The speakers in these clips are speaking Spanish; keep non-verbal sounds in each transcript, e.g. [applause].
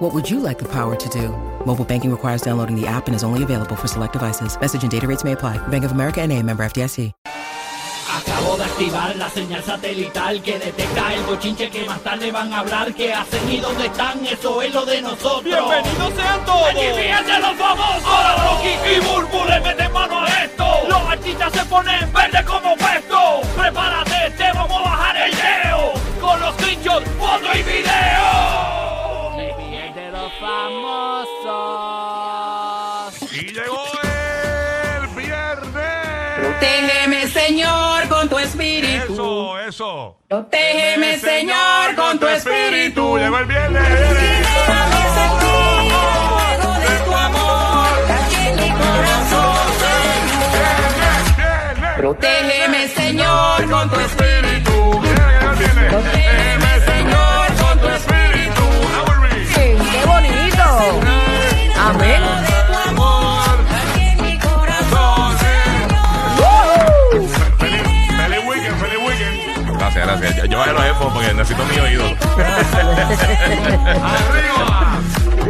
What would you like the power to do? Mobile banking requires downloading the app and is only available for select devices. Message and data rates may apply. Bank of America and a member FDIC. Acabo de activar la señal satelital que detecta el bochinche que más tarde van a hablar. ¿Qué hacen y dónde están? Eso es lo de nosotros. ¡Bienvenidos sean todos! ¡Aquí fíjate los famosos! Ahora Rocky y Burbu le meten mano a esto. Los artistas se ponen verde como puesto. ¡Prepárate, te vamos a bajar el leo! Con los screenshots, foto y video. de los famosos. Y llegó el viernes. Protégeme, Señor, con tu espíritu. Eso, eso. Protégeme, Señor, con tu espíritu. Llegó el viernes. viernes. Viernes, Protégeme, Señor, con tu espíritu. viernes, viernes. Protégeme, Señor, con tu espíritu. Abuelvis. ¡Qué bonito! Amén. Feliz, feliz weekend, feliz weekend. Gracias, gracias. Yo- Yo voy a los headphones porque necesito mi oído. Arriba.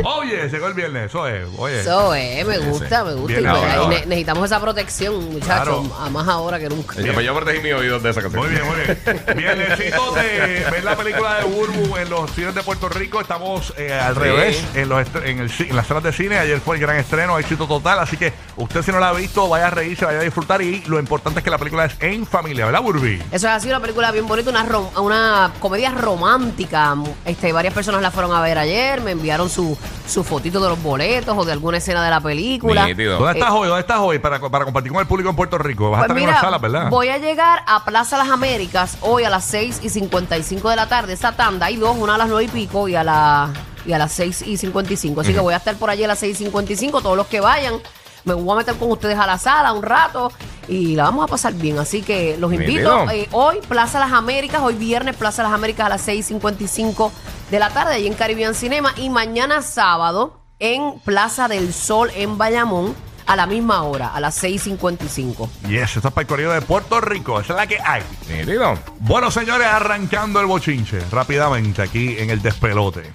Oye, llegó el viernes, eso es. Oye. Eso eh, me gusta, me gusta. Bien, Y pues, ahora, ahí ahora. ne- necesitamos esa protección, muchachos, Claro. a más ahora que nunca. Yo, pero yo protegí mi oído de esa canción. Muy bien, muy bien. Viernesito de ver la película de Burbu en los cines de Puerto Rico. Estamos eh, al Sí. revés en, los estre- en, el ci- en las salas de cine. Ayer fue el gran estreno, éxito total. Así que usted si no la ha visto, vaya a reírse, vaya a disfrutar. Y lo importante es que la película es en familia, ¿verdad, Burbi? Eso es así, una película bien bonita, una, rom- una comedia romántica. Este, varias personas la fueron a ver ayer, me enviaron su, su fotito de los boletos o de alguna escena de la película. Nítido. ¿Dónde estás hoy? ¿Dónde estás hoy? Para, para compartir con el público en Puerto Rico. Vas a Eh. estar Pues en mira, una sala, ¿verdad? voy a llegar a Plaza Las Américas hoy a las 6 y 55 de la tarde. Esa tanda hay dos, una a las 9 y pico y a, la, y a las 6 y 55. Así que voy a estar por allí a las 6 y 55. Todos los que vayan, me voy a meter con ustedes a la sala un rato y la vamos a pasar bien. Así que los Bien, invito. Leo. eh, hoy Plaza Las Américas, hoy viernes Plaza Las Américas a las 6 y 55 de la tarde allí en Caribbean Cinema. Y mañana sábado en Plaza del Sol en Bayamón a la misma hora, a las 6 y 55. Yes, esta es para el corrido de Puerto Rico. Esa es la que hay. Nítido. Bueno, señores, arrancando el bochinche rápidamente aquí en el despelote.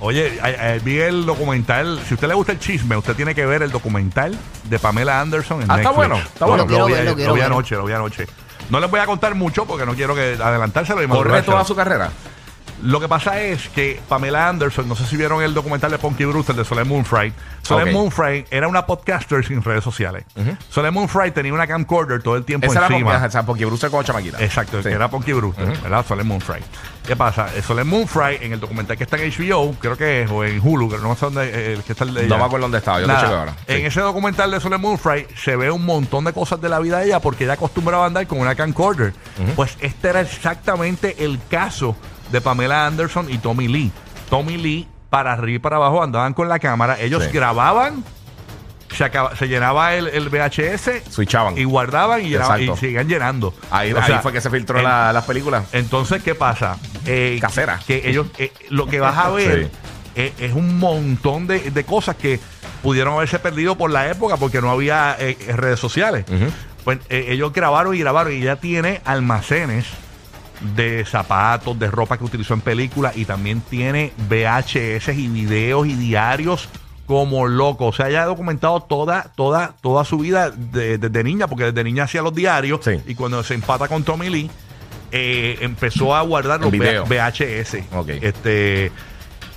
Oye, a- a- vi el documental. Si a usted le gusta el chisme, usted tiene que ver el documental de Pamela Anderson en Ah, está Netflix. bueno, está bueno. Lo, Lo quiero vi, ver, lo lo quiero vi ver. anoche, lo vi anoche. No les voy a contar mucho porque no quiero que adelantárselo y Corre madrugárselo. toda su carrera. Lo que pasa es que Pamela Anderson, no sé si vieron el documental de Punky Brewster de Soleil Moonfry. Soleil Ok. Moonfry era una podcaster sin redes sociales. Soleil Moonfry tenía una camcorder todo el tiempo Esa era la encima. porque, o sea, porque Bruce es como chamaquita. Exacto, Sí. que era Punky Brewster, ¿verdad? Soleil Moonfry. ¿Qué pasa? Eh, Soleil Moonfry, en el documental que está en HBO, creo que es, o en Hulu, creo, no sé dónde, eh, el que está el de No ella. me acuerdo dónde estaba, yo te Nada. chequeo ahora. En Sí. ese documental de Soleil Moonfry se ve un montón de cosas de la vida de ella porque ella acostumbraba a andar con una camcorder. Pues este era exactamente el caso de Pamela Anderson y Tommy Lee. Tommy Lee, para arriba y para abajo, andaban con la cámara. Ellos Sí. grababan, se, acaba- se llenaba el, el VHS Switchaban. y guardaban y, llenaban- y Exacto. seguían llenando. Ahí, O ahí sea, fue que se filtró en- la- las películas. entonces, ¿qué pasa? Eh, Casera. Que ellos, eh, lo que vas a ver Sí. eh, es un montón de, de cosas que pudieron haberse perdido por la época porque no había eh, redes sociales. Ujú. Pues eh, ellos grabaron y grabaron y ya tiene almacenes de zapatos, de ropa que utilizó en películas y también tiene VHS y videos y diarios como loco. O sea, ella ha documentado toda, toda, toda su vida de- desde niña, porque desde niña hacía los diarios Sí. y cuando se empata con Tommy Lee, eh, empezó a guardar los El video. V- VHS. Ok. Este,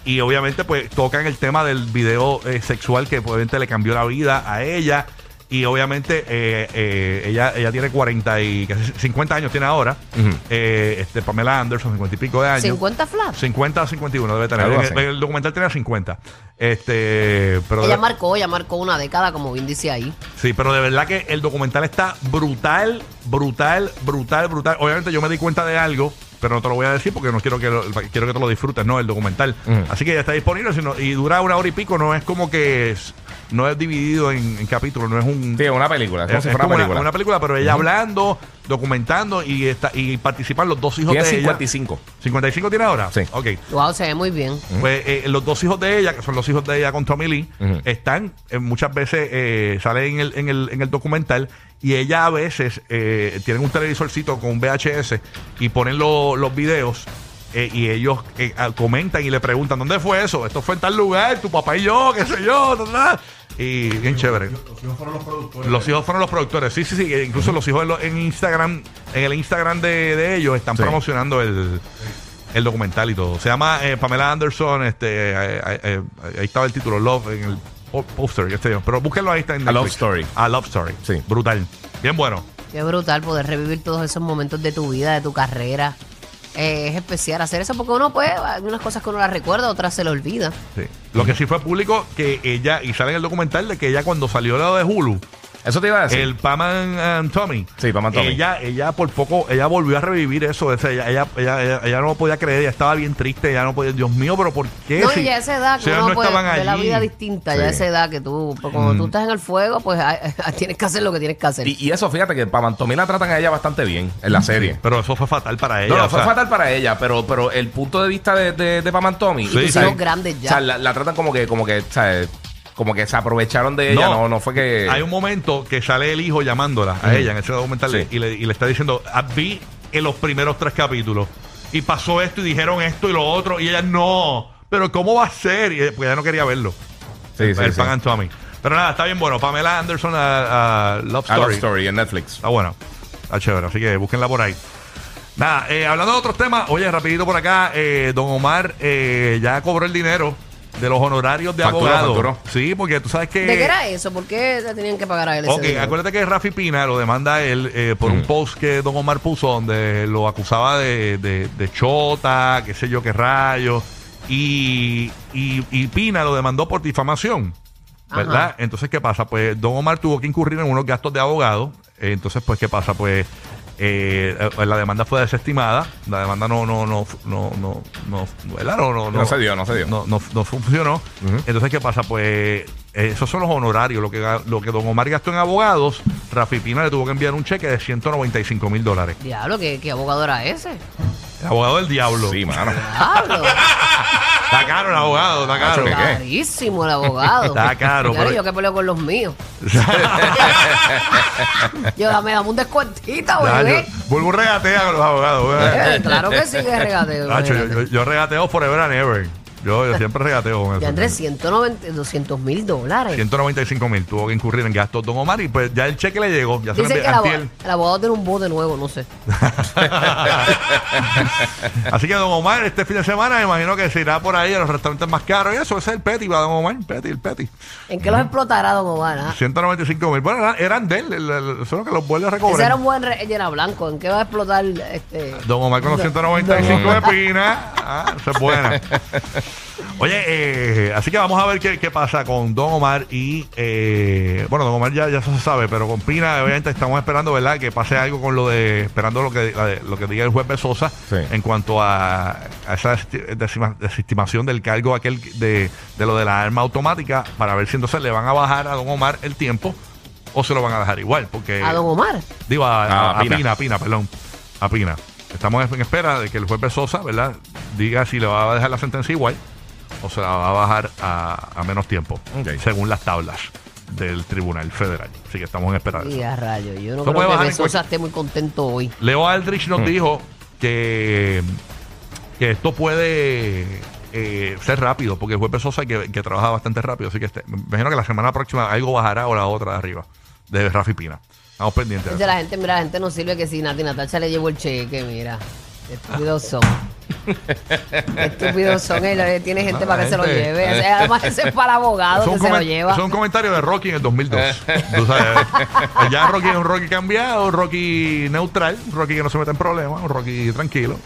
y obviamente pues tocan el tema del video eh, sexual que obviamente le cambió la vida a ella. Y obviamente eh, eh, ella, ella tiene 40 y casi 50 años tiene ahora. Ujú. Eh, este, Pamela Anderson, 50 y pico de años. 50 flash. 50 o 51 debe tener. Algo En el- así. en el documental tenía 50. Este, pero Ella de- marcó, ella marcó una década, como bien dice ahí. Sí, pero de verdad que el documental está brutal, brutal, brutal, brutal. Obviamente yo me di cuenta de algo Pero no te lo voy a decir porque no quiero que, lo- quiero que te lo disfrutes, ¿no? El documental. Mm. Así que ya está disponible sino- y dura una hora y pico. No es como que es- no es dividido en, en capítulos, no es un. Sí, es una película. Es como es- si es fuera como una una- película. una película, pero ella hablando, documentando y, está, y participan los dos hijos Tiene de ella. 55. 55 tiene ahora. Sí. Ok. Wow, se ve muy bien. Pues eh, los dos hijos de ella, que son los hijos de ella con Tommy Lee, Ujú. están eh, muchas veces, eh, salen en el, en, el, en el documental y ella a veces eh, tienen un televisorcito con un VHS y ponen lo- los videos eh, y ellos eh, ah, comentan y le preguntan, ¿dónde fue eso? Esto fue en tal lugar, tu papá y yo, qué sé yo, ta, ta". y bien chévere. Los hijos fueron los productores, sí, sí, sí. eh, Incluso los hijos en, lo- en Instagram, en el Instagram de, de ellos, están Sí. promocionando el, el documental y todo. Se llama eh, Pamela Anderson, este, eh, eh, eh, ahí estaba el título, Love, en el po- poster, qué sé yo. Pero búsquenlo ahí, está en A Love Netflix. Story. A Love Story. Sí. Brutal. Bien bueno. Qué brutal poder revivir todos esos momentos de tu vida, de tu carrera. Eh, es especial hacer eso porque uno puede, algunas cosas que uno las recuerda, otras se le olvida. Sí. Lo que sí fue público que ella, y sale en el documental de que ella cuando salió la de Hulu, Eso te iba a decir. el Pam and, and Tommy. Ah, Sí, Pam and Tommy. Ella, ella por poco, ella volvió a revivir eso. o sea, ella, ella, ella, ella- ella no podía creer, ella estaba bien triste, ella no podía, Dios mío, pero ¿por qué? No, Si- y ya a esa edad que si ellos uno no puede estaban ver la allí? Mm. vida distinta, ya a esa edad que tú, pues, cuando tú estás en el fuego, pues [laughs] ay, ay, tienes que hacer lo que tienes que hacer. y, y eso, fíjate que para Antomí la tratan a ella bastante bien en la serie. Pero eso fue fatal para ella. No, o no, fue sea, fatal para ella, pero, pero el punto de vista de, de, de Pamantomi. Sí, tú sí. sabes, Los grandes ya. O sea, la, la tratan como que, como que, ¿sabes? Como que se aprovecharon de ella. No, no, fue que. Hay un momento que sale el hijo llamándola a Eh, Ujú. ella en ese documental Sí. y, le, y le está diciendo, "Ah, vi en los primeros tres capítulos y pasó esto y dijeron esto y lo otro y ella, no, pero ¿cómo va a ser? Y, eh, pues ella no quería verlo. Sí, el sí, el sí. Pan and Tommy. Pero nada, está bien bueno. Pamela Anderson a, a Love, A Story. Love Story en Netflix. Está bueno. Está chévere, así que búsquenla por ahí. Nada, eh, hablando de otros temas, oye, rapidito por acá, eh, don Omar eh, ya cobró el dinero de los honorarios de Facturó, abogado. facturó. Sí, porque tú sabes que... ¿De qué era eso? ¿Por qué le tenían que pagar a él ese eh, Ok, dinero? acuérdate que Rafi Pina lo demanda él eh, por Mm. un post que Don Omar puso donde lo acusaba de, de- de chota, qué sé yo, qué rayo. Y, y- y Pina lo demandó por difamación, ¿verdad? Entonces, ¿qué pasa? Pues Don Omar tuvo que incurrir en unos gastos de abogado. Eh, entonces, pues, ¿qué pasa? Pues eh, eh, la demanda fue desestimada. La demanda no, no, no, no, no, no, ¿verdad? No, no, No se dio, no se dio. no, no, no funcionó. Entonces, ¿qué pasa? Pues esos son los honorarios. Lo que, ga- lo que Don Omar gastó en abogados, Rafi Pina le tuvo que enviar un cheque de 195 mil dólares. Diablo, ¿qué, qué abogado era ese? El abogado del diablo. Sí, mano. [laughs] Diablo. Está caro el abogado, está [laughs] caro. ¿Qué, qué? Carísimo el abogado. Está caro, Claro, pero- yo que peleo con los míos. [laughs] Yo dame, dame un descuentito, Ya, bebé. yo- Vuelvo regatea con los abogados. bebé. [laughs] Eh, Claro que sí que regateo. [laughs] Nacho, yo, regateo. yo- yo regateo forever and ever. Yo, yo siempre regateo con eso. Ya Andrés, 190, 200 mil dólares. 195 mil tuvo que incurrir en gastos Don Omar y pues ya el cheque le llegó. Ya se lo Dicen que el envió- abogado, antier. el abogado tiene un bote nuevo, no sé. [laughs] Así que Don Omar, este fin de semana, me imagino que se irá por ahí a los restaurantes más caros. Y eso, ese es el Petty para Don Omar. Petty, el Petty. ¿En qué los explotará Don Omar? ah? 195 mil. Bueno, eran, eran de él, el- el- solo que los vuelve a Ese recobrar. era un buen re- llena blanco. ¿En qué va a explotar este? Don Omar con los 195 de Pina. Ah, esa es buena. Oye, eh, así que vamos a ver qué, qué pasa con Don Omar y. eh, bueno, Don Omar ya, ya eso se sabe, pero con Pina, obviamente, estamos esperando, ¿verdad?, que pase algo con lo de. Esperando lo que, la de- lo que diga el juez Besosa Sí. en cuanto a, a esa desti- desima- desestimación del cargo aquel de, de lo de la arma automática para ver si entonces le van a bajar a Don Omar el tiempo o se lo van a dejar igual, porque. A Don Omar. Digo, a, Ah, a- a Pina. Pina, a Pina, perdón. A Pina. Estamos en espera de que el juez Sosa, ¿verdad? Diga si le va a dejar la sentencia igual o se la va a bajar a, a menos tiempo, Ok. según las tablas del Tribunal Federal. Así que estamos en espera de Y eso. a rayo. Yo No no puede creo bajar en que Besosa cualquier- esté muy contento hoy. Leo Aldrich Hmm. nos dijo que, que esto puede eh, ser rápido, porque el juez Sosa que, que trabaja bastante rápido, así que este- me imagino que la semana próxima algo bajará o la otra de arriba, de Rafi Pina. Estamos pendientes. de Dice eso. la gente, mira, la gente no sirve que si Nati Natacha le llevó el cheque, mira. Qué Estúpidos [laughs] son. Qué Estúpidos son. Él eh, tiene gente Ah, para que se lo gente. lleve. O sea, además ese es para el abogado que Son se lo comen- lleva. son comentarios de Rocky en el 2002. Tú sabes, eh, ya Rocky es un Rocky cambiado, un Rocky neutral, un Rocky que no se mete en problemas, un Rocky tranquilo.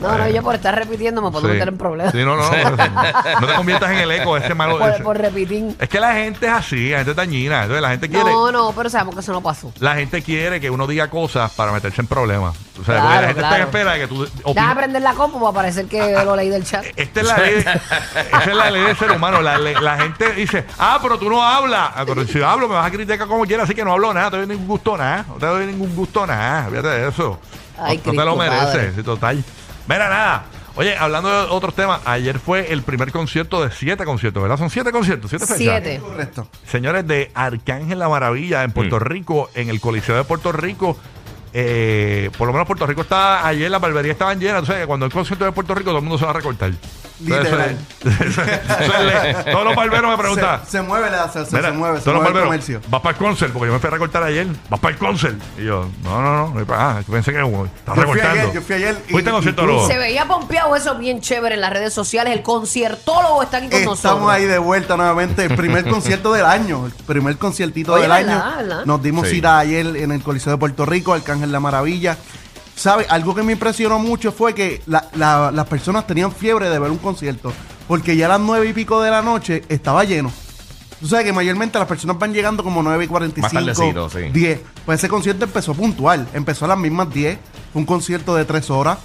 No, no, yo por estar repitiendo me puedo Eh. Sí. meter en problemas. Sí, no, no, no. No te conviertas en el eco de este malo. [laughs] por, ese. por repitín. Es que la gente es así, la gente es dañina. Entonces la gente quiere. No, no, pero sabemos que eso no pasó. La gente quiere que uno diga cosas para meterse en problemas. O sea, Claro, la gente está claro. en espera de que tú Déjame opines. prender la compu para parecer que lo leí del chat. Esta es la ley. Esa es la ley del ser humano. La, le- la gente dice, ah, pero tú no hablas. Ah, pero si hablo, me vas a criticar como quieras, así que no hablo nada. No te doy ningún gusto nada. No te doy ningún gusto nada. Fíjate de eso. Ay, no, no te lo Cristo mereces, Padre. sí, total. Mira, nada. Oye, hablando de otros temas, ayer fue el primer concierto de siete conciertos, ¿verdad? Son siete conciertos, siete fechas. Siete. Correcto. Señores de Arcángel La Maravilla en Puerto Rico, en el Coliseo de Puerto Rico. eh, por lo menos Puerto Rico está ayer, las barberías estaban llenas. Entonces, cuando hay concierto de Puerto Rico, todo el mundo se va a recortar. Entonces, eso Literal. es- eso es- eso es ley. todos los barberos me preguntan. Se, se mueve la se, se- Mira, se mueve, se todos los mueve el barberos, comercio. vas para el concert, porque yo me fui a recortar ayer. Vas para el concert. Y yo, no, no, no, no. hay pa- Ah, pensé que uh, estás Yo fui recortando. ayer, yo fui ayer y- Fuiste al concierto, incluso- Lobo? Se veía pompeado eso bien chévere en las redes sociales. El conciertólogo está aquí con Estamos nosotros. ahí de vuelta nuevamente. [laughs] El primer concierto del año. El primer conciertito Oye, del ¿verdad? año. ¿verdad? Nos dimos Sí. cita ayer en el Coliseo de Puerto Rico, Arcángel La Maravilla. ¿Sabes? Algo que me impresionó mucho fue que la- la- las personas tenían fiebre de ver un concierto. Porque ya a las nueve y pico de la noche estaba lleno. Tú sabes que mayormente las personas van llegando como 9 y 45, Más tardecito, sí. 10. Pues ese concierto empezó puntual. Empezó a las mismas 10. Fue un concierto de 3 horas.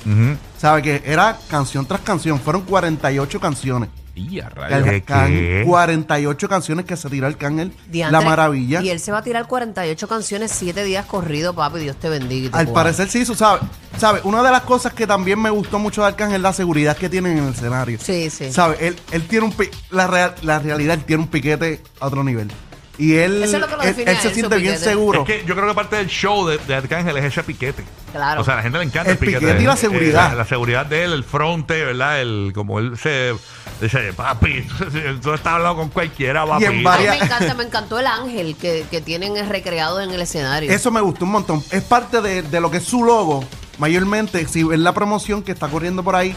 ¿Sabes? Que era canción tras canción. Fueron 48 canciones. Y a rayos. Can- ¿Qué, can- qué? 48 canciones que se tiró el Cángel. Diantre. La maravilla. Y él se va a tirar 48 canciones, 7 días corrido, papi. Dios te bendiga. y te Al guarde. parecer sí, eso sabe. ¿Sabe? Una de las cosas que también me gustó mucho de Arcángel es la seguridad que tienen en el escenario. Sí, sí. ¿Sabe? Él, él tiene un pi- la, real- la realidad, él tiene un piquete a otro nivel. Y él, Eso es lo que lo él- define él a se él, su siente bien piquete. seguro. Es que yo creo que parte del show de, de Arcángel es ese piquete. Claro. O sea, a la gente le encanta el, El piquete y la seguridad. Eh, la, la seguridad de él, el fronte, ¿verdad? El, como él se dice, papi, [laughs] tú estás hablando con cualquiera, papi. Y en Ay, varias- me encanta, me encantó el ángel que, que tienen recreado en el escenario. Eso me gustó un montón. Es parte de, de lo que es su logo. Mayormente, si ves la promoción que está corriendo por ahí,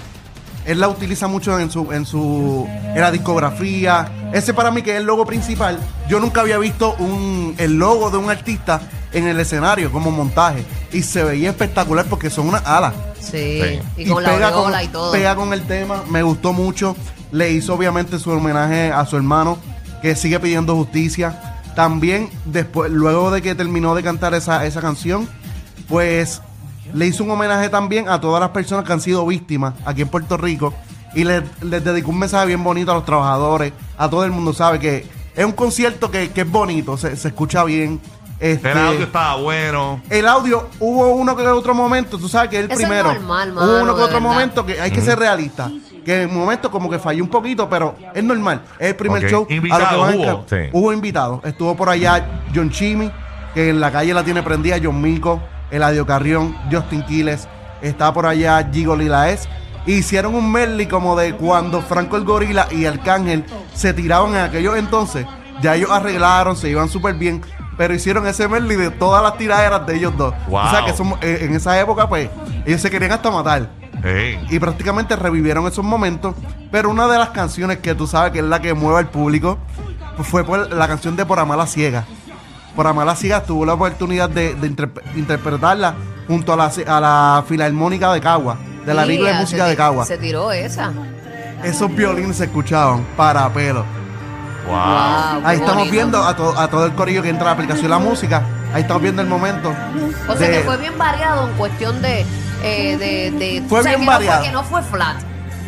él la utiliza mucho en su, en su en la discografía. Ese para mí que es el logo principal. Yo nunca había visto un, el logo de un artista en el escenario como montaje. Y se veía espectacular porque son unas alas. Sí. Sí. Y con la viola y todo. pega con el tema. Me gustó mucho. Le hizo obviamente su homenaje a su hermano, que sigue pidiendo justicia. También, después, luego de que terminó de cantar esa, esa canción, pues le hizo un homenaje también a todas las personas que han sido víctimas aquí en Puerto Rico. Y les, les dedicó un mensaje bien bonito a los trabajadores, a todo el mundo. Sabe que es un concierto que, que es bonito, se, se escucha bien. Este, El audio estaba bueno. el audio, hubo uno que otro momento, tú sabes que el Eso es primero. normal, hubo mano, uno que de verdad. otro momento que hay que ser realista. Que en el momento como que falló un poquito, pero es normal. Es el primer Ok. show. a lo que Invitados van a hubo. encar- Sí. Hubo invitados. Estuvo por allá John Chimmy, que en la calle la tiene prendida, John Mico, Eladio Carrión, Justin Quiles. Estaba por allá Gigo Lilaes. Hicieron un medley como de cuando Franco el Gorila y Arcángel se tiraban en aquellos entonces. Ya ellos arreglaron, se iban súper bien. Pero hicieron ese medley de todas las tiraderas de ellos dos. Wow. O sea que somos- eh, en esa época, pues, ellos se querían hasta matar Hey. y prácticamente revivieron esos momentos. Pero una de las canciones que tú sabes que es la que mueve al público pues, fue por la canción de Por Amar a Ciega. Por Amar a Ciega tuvo la oportunidad de, de interpre- interpretarla junto a la, a la Filarmónica de Cagua, de la Sí, Liga de se Música ti- de Cagua. Se tiró esa. Esos violines se escuchaban para pelo. Wow. Wow, Ahí qué estamos bonito. viendo a, to- a todo el corillo que entra a la aplicación La Música. Ahí estamos viendo el momento. O sea de- que fue bien variado en cuestión de. eh, de, de Fue o sea, bien que variado. No fue, que no fue flat.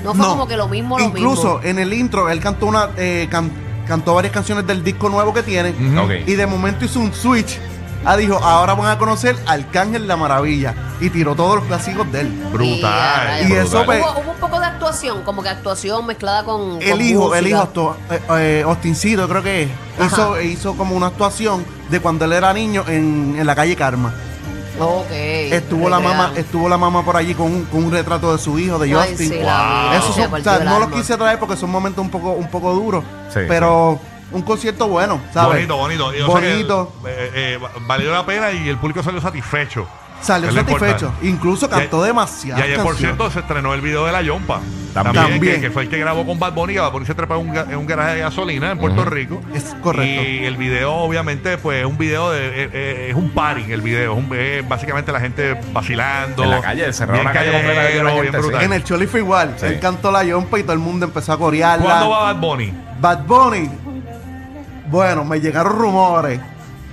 No fue como que lo mismo, lo Incluso mismo. en el intro, él cantó una eh, can- cantó varias canciones del disco nuevo que tiene. Ujú. Ok. Y de momento hizo un switch. Ah, dijo, ahora van a conocer al Cángel La Maravilla. Y tiró todos los clásicos de él. Brutal. Y Y eso, pues, Hubo, hubo un poco de actuación, como que actuación mezclada con. El con hijo, el música. hijo, actu- eh, eh, Austincito, creo que es, hizo, hizo como una actuación de cuando él era niño en, en la calle Karma. Ok. Estuvo la, mamá, recrearon. estuvo la mamá por allí con un, con un retrato de su hijo, de Ay, Justin. sí, la Wow. vi, Eso se son- o partió sea, el no los alma. quise traer porque son momentos un poco, un poco duros. Sí, pero un concierto bueno, ¿sabes? Bonito, bonito. Y yo sé que, Bonito. eh, eh, valió la pena y el público salió satisfecho. Salió Es lo satisfecho. importante. Incluso cantó demasiado. Y ayer, por cierto, se estrenó el video de La Yompa. También. También. Que, que fue el que grabó con Bad Bunny. que Bad Bunny se trepa en un, ga- en un garaje de gasolina en Puerto Rico. Es correcto. Y el video, obviamente, pues es un video de. eh, eh, es un party el video. Es, un- es básicamente la gente vacilando. En la calle, cerraron bien la calle completa de callejero, la bien gente, brutal. En el Choli fue igual. Sí. Él cantó la yompa y todo el mundo empezó a corearla. ¿Cuándo va Bad Bunny? Bad Bunny. Bueno, me llegaron rumores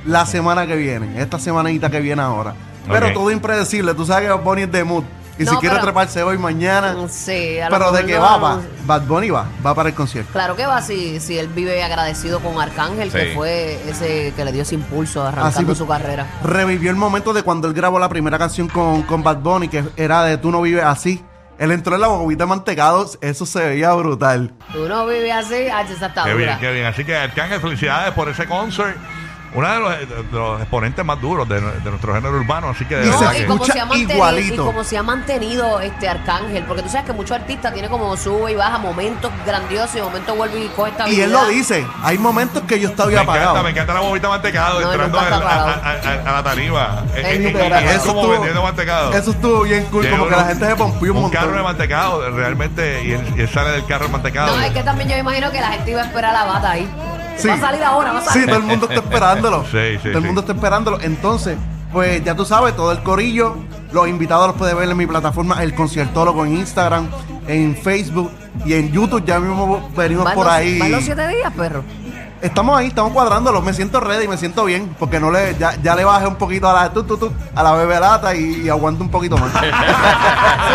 la semana que viene, esta semanita que viene ahora. Pero Ok. todo impredecible, tú sabes que Bad Bunny es de mood. Y si No, quiere pero- treparse hoy, mañana. Sí, a lo Pero de mejor que no va, va. vamos- Bad Bunny va, va para el concierto. Claro que va si, si él vive agradecido con Arcángel, Sí. que fue ese que le dio ese impulso arrancando Así- su carrera. Revivió el momento de cuando él grabó la primera canción con, con Bad Bunny, que era de Tú no vives así. Él entró en la bobita de mantecados, eso se veía brutal. Tú no vives así, ah, esa está Qué bien, dura. qué bien. Así que Arcángel, felicidades por ese concert. Uno de los, de los exponentes más duros de, de nuestro género urbano. Así que de Y verdad No, se que- y como, escucha se ha mantenido, y igualito. como se ha mantenido este Arcángel, porque tú sabes que muchos artistas tienen como sube y baja, momentos grandiosos y momentos vuelve y coge esta Y él lo dice, hay momentos que yo estaba Me apagado. encanta, me encanta la bobita mantecado No, entrando nunca al- está a, apagado. a- a- a la tarima. Eh, Es eh, y- y- literal. y es Eso como estuvo- vendiendo mantecado. Eso estuvo bien cool, Llega como que uno- la gente se pompió un, un montón. carro de mantecado, realmente, y él, y él sale del carro de mantecado. No, es que también yo me imagino que la gente iba a esperar la bata ahí. Sí. Va a salir ahora, va a Sí, salir. todo el mundo está [laughs] esperándolo. Sí, sí, Todo el sí. mundo está esperándolo. Entonces, pues ya tú sabes, todo el corillo, los invitados los puedes ver en mi plataforma, el conciertólogo en Instagram, en Facebook y en YouTube. Ya mismo venimos Van por los- ahí. van los siete días, perro. Estamos ahí, estamos cuadrándolo. Me siento ready, me siento bien, porque no le, ya, ya le bajé un poquito a la tu, tu, tu, a la bebelata y, y aguanto un poquito [laughs] más. Sí,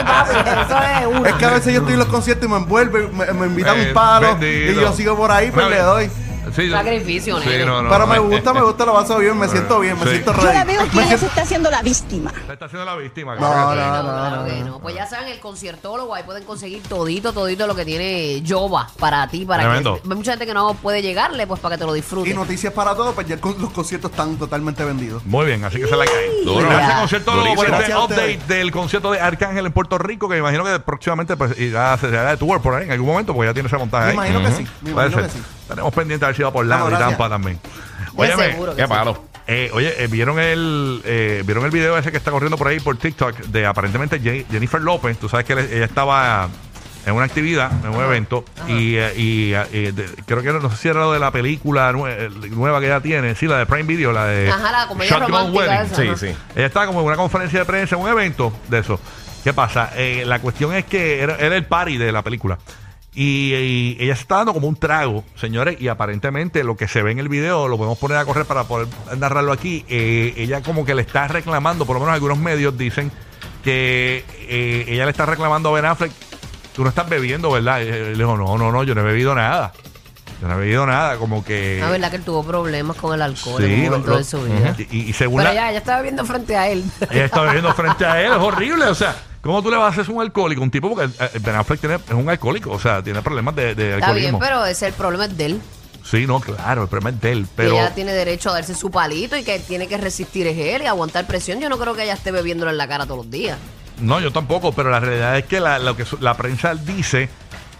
papi, eso es uno. es que a veces yo estoy en los conciertos y me envuelve, me, me invitan Eh, un palo bendito. y yo sigo por ahí, pues Una le vez- doy. Sí, yo- Sacrificio, sí, nene. no, no, Pero me no, eh, gusta, me gusta, lo paso bien, me siento bien, me Sí. siento ready. Yo la veo Me que ella siento- se está haciendo la víctima. Se está haciendo la víctima. No, creo que sí. no, No, claro que no. Pues ya saben, el conciertólogo, ahí pueden conseguir todito, todito lo que tiene Jova para ti, para Tremendo. que hay mucha gente que no puede llegarle, pues para que te lo disfrutes. Y noticias para todos, pues ya el con- los conciertos están totalmente vendidos. Muy bien, así que se la cae. Duro. Gracias, Ya. concierto, luego por Durísimo. este Gracias a update ustedes. del concierto de Arcángel en Puerto Rico, que me imagino que próximamente pues, irá, se hará de tour por ahí en algún momento, porque ya tiene ese montaje. Me ahí. imagino que Ujú. sí, me Puede imagino ser. que sí. Estaremos pendientes a ver si va por lado y Vamos, gracias. Tampa también. De Óyeme, Pues seguro que Qué sí. palo. eh, oye, eh, ¿vieron, el, eh, ¿vieron el video ese que está corriendo por ahí por TikTok de aparentemente Je- Jennifer López? Tú sabes que le- ella estaba en una actividad, en un evento, y, eh, y, eh, eh, de- creo que era- no sé si era lo de la película nue- eh, nueva que ella tiene, sí, la de Prime Video, la de Ajá, la comedia romántica esa, Sí, Ajá. sí. ella estaba como en una conferencia de prensa, en un evento de eso. ¿Qué pasa? Eh, la cuestión es que era, era el party de la película. Y, y ella se está dando como un trago, señores, y aparentemente lo que se ve en el video, lo podemos poner a correr para poder narrarlo aquí, eh, ella como que le está reclamando, por lo menos algunos medios dicen que eh, ella le está reclamando a Ben Affleck, tú no estás bebiendo, ¿verdad? Y él dijo, no, no, no, yo no he bebido nada. Yo no he bebido nada, como que... La verdad que él tuvo problemas con el alcohol Ah, en un Sí, lo- momento lo- de su vida. y, y- y según Pero la- ya, ya estaba viendo frente a [laughs] él. ella estaba bebiendo frente a él, es horrible. O sea, ¿cómo tú le vas a hacer eso a un alcohólico? Un tipo, porque eh, Ben Affleck tiene, es un alcohólico, o sea, tiene problemas de, de Está bien, alcoholismo. pero ese el problema es de él. Sí, no, claro, el problema es de él. Y Pero ella tiene derecho a darse su palito y que tiene que resistir es él y aguantar presión. Yo no creo que ella esté bebiéndolo en la cara todos los días. no, yo tampoco, pero la realidad es que la, lo que su- la prensa dice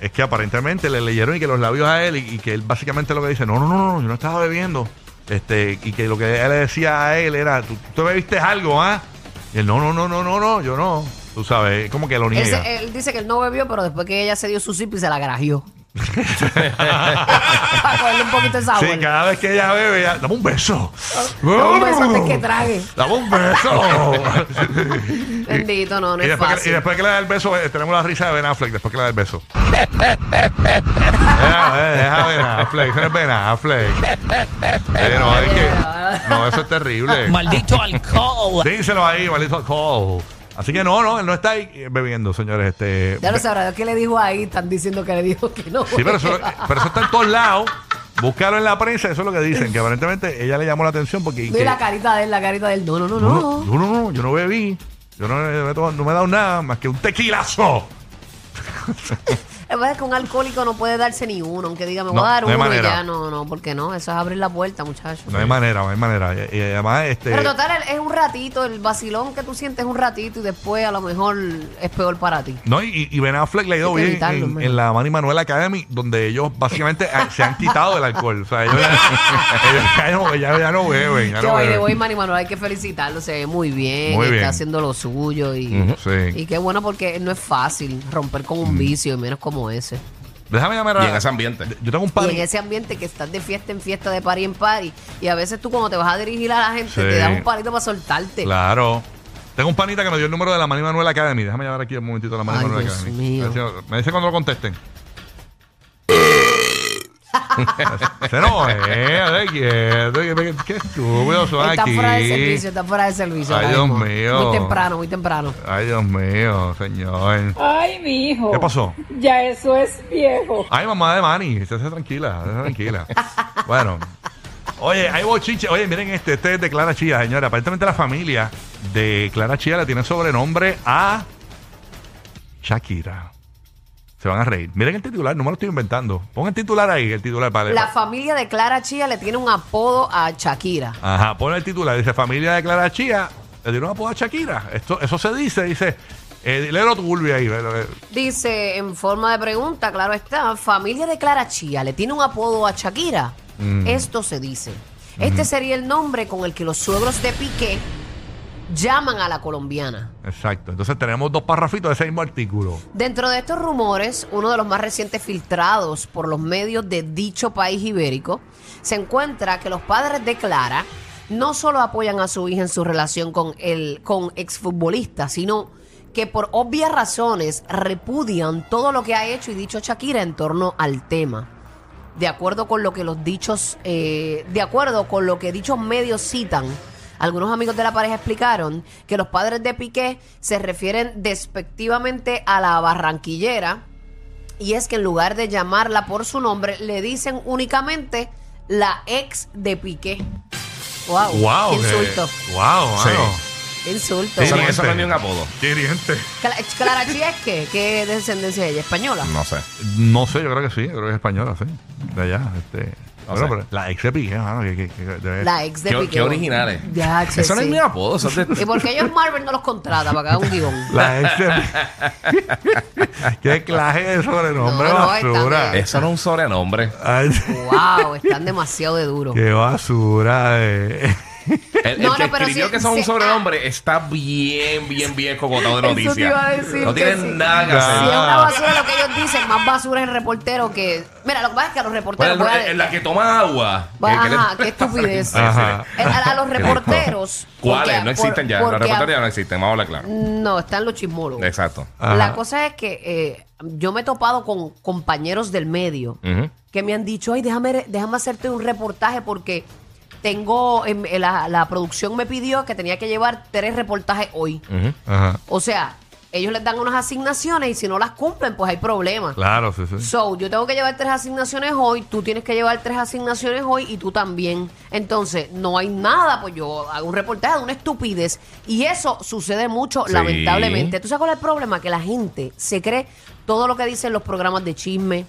es que aparentemente le leyeron y que los labios a él y, y que él básicamente lo que dice, no, no, no, no, yo no estaba bebiendo. Este, y que lo que ella le decía a él era, tú, tú bebiste algo, ¿ah? Y él, no, no, no, no, no, no, yo no. Tú sabes, es como que lo Él, se- niega. él dice que él no bebió, pero después que ella se dio su sip y se la garajeó. [laughs] Para cogerle un poquito de sabor. Oh, Sí, cada vez que ella bebe, ella, dame un beso. dame ¡Oh! un beso antes que trague. Dame un beso. [laughs] Bendito, no, no y, es después fácil. que, y después que le da el beso, eh, tenemos la risa de Ben Affleck. Después que le da el [laughs] beso. deja, eh, deja Ben Affleck. Eso no es Ben Affleck. Eh, no, es que- no, eso es [laughs] terrible. Maldito alcohol. Díselo ahí, maldito alcohol. Así que no, no, él no está ahí eh, bebiendo, señores. Este, Ya lo sabrá Dios qué le dijo ahí. Están diciendo que le dijo que no. Sí, pero eso, beba. pero eso está en todos lados. Búscalo en la prensa, eso es lo que dicen, que aparentemente ella le llamó la atención porque... No, y que- la carita de él, la carita de él. No, no, no, No, no. no, yo no, no, yo no bebí. Yo no, he- no he tomado- no me he dado nada más que un tequilazo. que pasa es que un alcohólico no puede darse ni uno, aunque diga, me voy No, a dar no hay uno y manera. ya. No, no, porque no. Eso es abrir la puerta, muchachos. No este- hay manera, no hay manera. Y, y además, este. Pero total, es un ratito. El vacilón que tú sientes es un ratito y después a lo mejor es peor para ti. No, y, y Ben Affleck le ha ido Hay que bien evitarlo, en, hombre. en la Manny Manuel Academy, donde ellos básicamente a- se han quitado el alcohol. O sea, [laughs] ellos, ellos ya, no, ya, ya no beben, ya Yo no voy, beben. voy, Manny Manuel, hay que felicitarlo, se ve muy bien, Muy está bien. haciendo lo suyo y, Sí. y qué bueno porque no es fácil romper con un vicio, y menos como ese. Déjame llamar a. Y en ese ambiente. Yo tengo un par. Y en ese ambiente que estás de fiesta en fiesta, de party en party, y a veces tú cuando te vas a dirigir a la gente, Sí. te das un palito para soltarte. Claro. Tengo un panita que me dio el número de la Manny Manuel Academy. Déjame llamar aquí un momentito a la Manny Ay, Manuel Dios Academy. mío. A ver si- Me dice cuando lo [laughs] contesten. Se no es, a ver, quieto, que- que- qué estúpido son Está aquí. fuera de servicio, está fuera de servicio. Ay, ahora Dios mismo. mío. Muy temprano, muy temprano. Ay, Dios mío, señor. Ay, mi hijo. ¿Qué pasó? Ya eso es viejo. Ay, mamá de Manny, estés tranquila, estés tranquila. bueno. Oye, hay bochiche. Oye, miren este, este es de Clara Chía, señora. Aparentemente la familia de Clara Chía le tiene sobrenombre a Shakira. Se van a reír. Miren el titular, no me lo estoy inventando. Pon el titular ahí, el titular para La familia de Clara Chía le tiene un apodo a Shakira. Ajá, pon el titular. Dice, familia de Clara Chía le dieron apodo a Shakira. Esto, eso se dice, dice. Eh, léelo tú, Ulvi, ahí. léelo, léelo. Dice, en forma de pregunta, claro está, familia de Clara Chía le tiene un apodo a Shakira. Mm. Esto se dice. Este sería el nombre con el que los suegros de Piqué llaman a la colombiana. Exacto. Entonces tenemos dos parrafitos de ese mismo artículo. Dentro de estos rumores, uno de los más recientes filtrados por los medios de dicho país ibérico, se encuentra que los padres de Clara no solo apoyan a su hija en su relación con el con exfutbolista, sino que por obvias razones repudian todo lo que ha hecho y dicho Shakira en torno al tema. De acuerdo con lo que los dichos, eh, de acuerdo con lo que dichos medios citan, algunos amigos de la pareja explicaron que los padres de Piqué se refieren despectivamente a la barranquillera y es que en lugar de llamarla por su nombre le dicen únicamente la ex de Piqué. Wow, Wow, eh. qué insulto, que- wow, Sí. eh, mano. qué insulto. Sí, Eso, no- bien. eso no es ni un apodo. Qué hiriente. Cla- Clara Chía es que, ¿qué descendencia es ella? ¿Española? No sé. No sé, yo creo que sí, yo creo que es española, sí. De allá, este. No bueno, sé. pero la ex de Piqué, mano, que, que- que- de- La ex de Qué, Piqué. qué originales. Ya, che, eso no es sí. ni un apodo. Eso es de- ¿Y por [laughs] qué ellos Marvel no los contrata para que haga un guión? La ex de [laughs] Piqué. Qué clase de sobrenombre No, no, basura. está bien. eso no es un sobrenombre. Ay, wow, están demasiado de duro. qué basura de. El, No, el que no, pero escribió sí- que eso es sí- ah. un sobrenombre está bien, bien, bien cocotado de Eso te noticias. iba a decir no que tienen sí. nada que Si es hacer. Ah. una basura lo que ellos dicen, más basura es el reportero que. Mira, lo que pasa es que a los Bueno, reporteros. el- voy a- el- la que toma agua. Va- Que- que le- ajá, qué [laughs] estupidez. Ajá. El- a, a los Qué reporteros. rico. ¿Cuáles? porque- no existen por- ya. Los porque- Mm. reporteros ya no existen. Vamos a hablar claro. No, están los chismólogos. Exacto. Ajá. La cosa es que eh, yo me he topado con compañeros del medio Ujú. que me han dicho, ay, déjame, déjame hacerte un reportaje porque tengo, em, la, la producción me pidió que tenía que llevar tres reportajes hoy. Ujú. Ajá. O sea, ellos les dan unas asignaciones y si no las cumplen, pues hay problemas. Claro, sí, sí. So, yo tengo que llevar tres asignaciones hoy, tú tienes que llevar tres asignaciones hoy y tú también. Entonces, no hay nada, pues yo hago un reportaje de una estupidez. Y eso sucede mucho, Sí. lamentablemente. ¿Tú sabes cuál es el problema? Que la gente se cree todo lo que dicen los programas de chisme,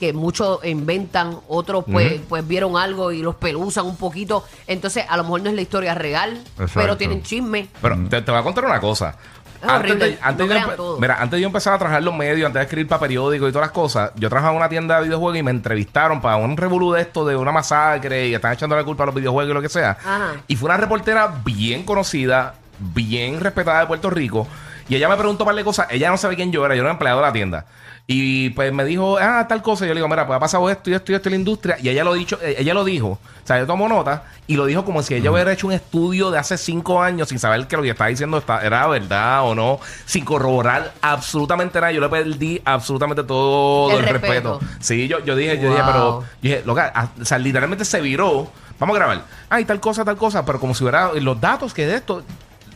que muchos inventan, otros pues, pues vieron algo y los pelusan un poquito. Entonces, a lo mejor no es la historia real, Exacto. pero tienen chisme. Pero te, te voy a contar una cosa. Es horrible, no de yo crean empe- todo. mira, antes de yo empezar a trabajar los medios, antes de escribir para periódicos y todas las cosas, yo trabajaba en una tienda de videojuegos y me entrevistaron para un revolú de esto, de una masacre y están echando la culpa a los videojuegos y lo que sea. Ajá. Y fue una reportera bien conocida, bien respetada de Puerto Rico. Y ella me preguntó un par de cosas. Ella no sabe quién yo era, yo era empleado de la tienda. Y pues me dijo, ah, tal cosa. Y yo le digo, mira, pues ha pasado esto y esto y esto en la industria. Y ella lo, dicho, eh, ella lo dijo, o sea, yo tomo nota y lo dijo como si ella hubiera hecho un estudio de hace cinco años sin saber que lo que estaba diciendo está- era verdad o no, sin corroborar absolutamente nada. Yo le perdí absolutamente todo el, El respeto. respeto. Sí, yo, yo dije, yo dije, Wow. pero yo dije, loca, a- o sea, literalmente se viró. Vamos a grabar. Ay, tal cosa, tal cosa. Pero como si hubiera los datos que de esto.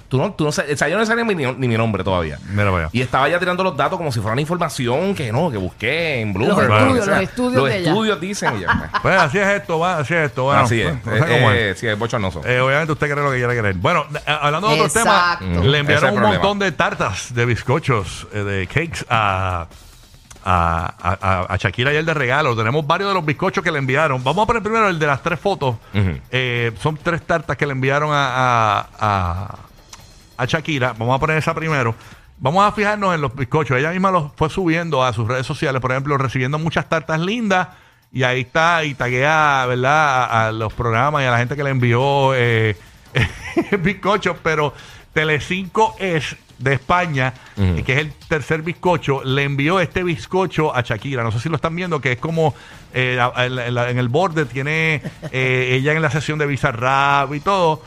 Tú no, tú no sabes- o sea, yo no sabía ni, mi- ni mi nombre todavía. Mira para allá. Y estaba ya tirando los datos como si fuera una información que no, que busqué en Los Bloomberg. estudios, o lo que sea. los estudios Los de ella. estudios dicen ella. [laughs] Pues así es esto, va, así es esto, va. Así es. pues, No sé cómo Eh, es. eh, sí, es bochornoso. Eh, obviamente usted cree lo que quiera creer. Bueno, eh, hablando de otros temas, Exacto. le Ese es el enviaron un problema. montón de tartas, de bizcochos, eh, de cakes a, a, a- a- a Shakira y el de regalo. Tenemos varios de los bizcochos que le enviaron. Vamos a poner primero el de las tres fotos. Ujú. Eh, son tres tartas que le enviaron a, a- a- a Shakira. Vamos a poner esa primero. Vamos a fijarnos en los bizcochos. Ella misma los fue subiendo a sus redes sociales, por ejemplo, recibiendo muchas tartas lindas. Y ahí está, y taguea, ¿verdad? A, a los programas y a la gente que le envió eh, [laughs] bizcochos. Pero Telecinco es de España, Ujú. que es el tercer bizcocho, le envió este bizcocho a Shakira. No sé si lo están viendo, que es como eh, a- a- en, la- en la- en el borde tiene eh, ella en la sesión de Bizarrap y todo.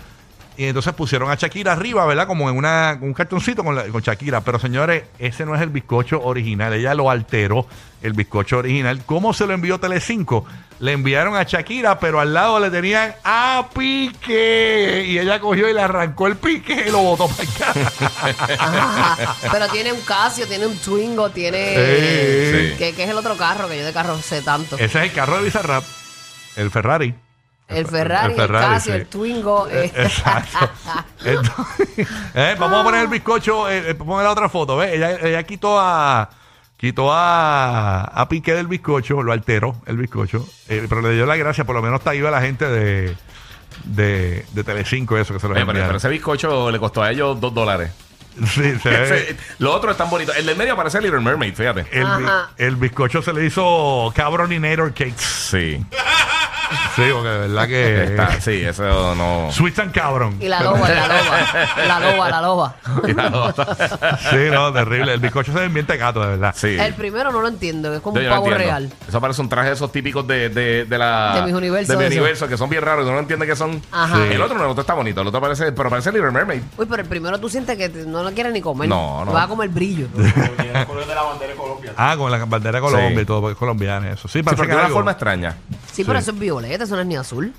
Y entonces pusieron a Shakira arriba, ¿verdad? Como en una, un cartoncito con, la- con Shakira. Pero señores, ese no es el bizcocho original. Ella lo alteró, el bizcocho original. ¿Cómo se lo envió Telecinco? Le enviaron a Shakira, pero al lado le tenían a Pique. Y ella cogió y le arrancó el Pique y lo botó para acá. Ajá. Pero tiene un Casio, tiene un Twingo, tiene. Eh, Sí. ¿Qué, qué es el otro carro? Que yo de carro sé tanto. Ese es el carro de Bizarrap, el Ferrari. el Ferrari, el, Ferrari, Casio, sí. el Twingo. eh. Exacto. Entonces, eh, vamos a poner el bizcocho, eh, eh, ponme la otra foto, ¿ves? Ella, ella quitó a quitó a, a Piqué del bizcocho, lo alteró el bizcocho, eh, pero le dio la gracia, por lo menos está ahí la gente de, de, de Telecinco, eso que se lo pues, Oye, pero, pero enviaron. ese bizcocho le costó a ellos dos dólares. [laughs] Sí, se [laughs] Ese- ve. Lo otro es tan bonito. El del medio parece Little Mermaid, fíjate. El, bi- Ajá. el bizcocho se le hizo Cabroninator Cakes. Sí. Sí, porque de verdad que. Está- sí, eso no. Sweet and Cabron. [laughs] Y la loba, y la loba. La loba, la loba. Sí, no, terrible. El bizcocho se ve bien tecato, de verdad. Sí. El primero no lo entiendo, que es como Yo un no pavo entiendo. real. Eso parece un traje de esos típicos de, de, de la. De mis universos, de mis eso. universos, que son bien raros y uno no entiende que son. Ajá. El otro no, el otro está bonito. El otro parece. Pero parece Little Mermaid. Uy, pero el primero tú sientes que te- no lo quieres ni comer. No, Te no. Vas a comer brillo. Ah, con la bandera de Colombia Sí. y todo, porque es colombiana, eso. Sí, Sí, pero parece que de una algo- forma extraña. Sí, pero eso es violeta, eso no es ni azul.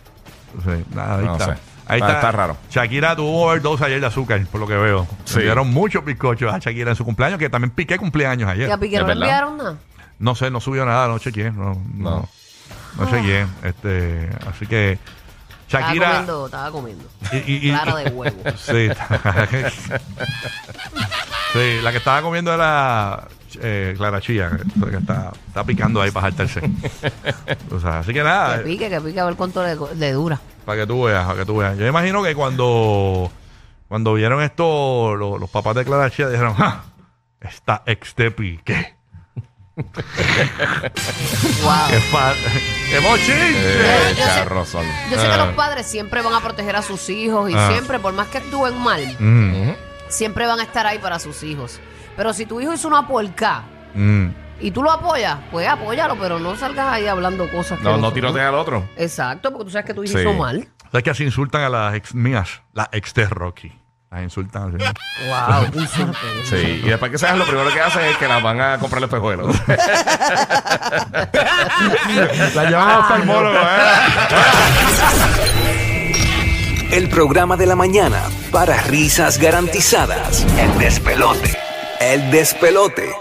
Sí, nada, ahí No está. sé. Ah, Ahí Está- está raro. Shakira tuvo overdose ayer de azúcar, por lo que veo. Sí. Se dieron muchos bizcochos a Shakira en su cumpleaños, que también piqué cumpleaños Y a ayer. Piqué Es no le verdad. enviaron nada. No sé, no subió nada, no chequeé. No, no, no chequeé. Este, así que Estaba Shakira. comiendo, estaba comiendo. Y, y- y- Clara de huevo. [laughs] Sí, está- Sí, la que estaba comiendo era eh, Clara Chía, que que está, está picando ahí para saltarse. O sea, así que nada. Que pique, que pique, a ver cuánto le, le dura. Para que tú veas, para que tú veas. Yo imagino que cuando, cuando vieron esto, lo- los papás de Clara Chía dijeron, ¡Ja! Está ex de pique. Wow. ¡Qué, fa- [laughs] qué mochinche! Eh, yo sé- charrosón. Yo sé que los padres siempre van a proteger a sus hijos y Ah. siempre, por más que actúen mal, Mm, siempre van a estar ahí para sus hijos. Pero si tu hijo hizo una puerca mm. y tú lo apoyas, pues apóyalo, pero no salgas ahí hablando cosas que No, no son. tirotea al otro. Exacto, porque tú sabes que tu hijo Sí. hizo mal. ¿Sabes que así insultan a las ex mías? Las ex de Rocky. Las insultan así. Wow, qué insulto. Sí. Y después que seas, lo primero que hacen es que las van a comprar el [laughs] espejuelo. [laughs] La llevan a Ah, oftalmólogo, ¿eh? El programa de la mañana para risas garantizadas. El despelote. El despelote.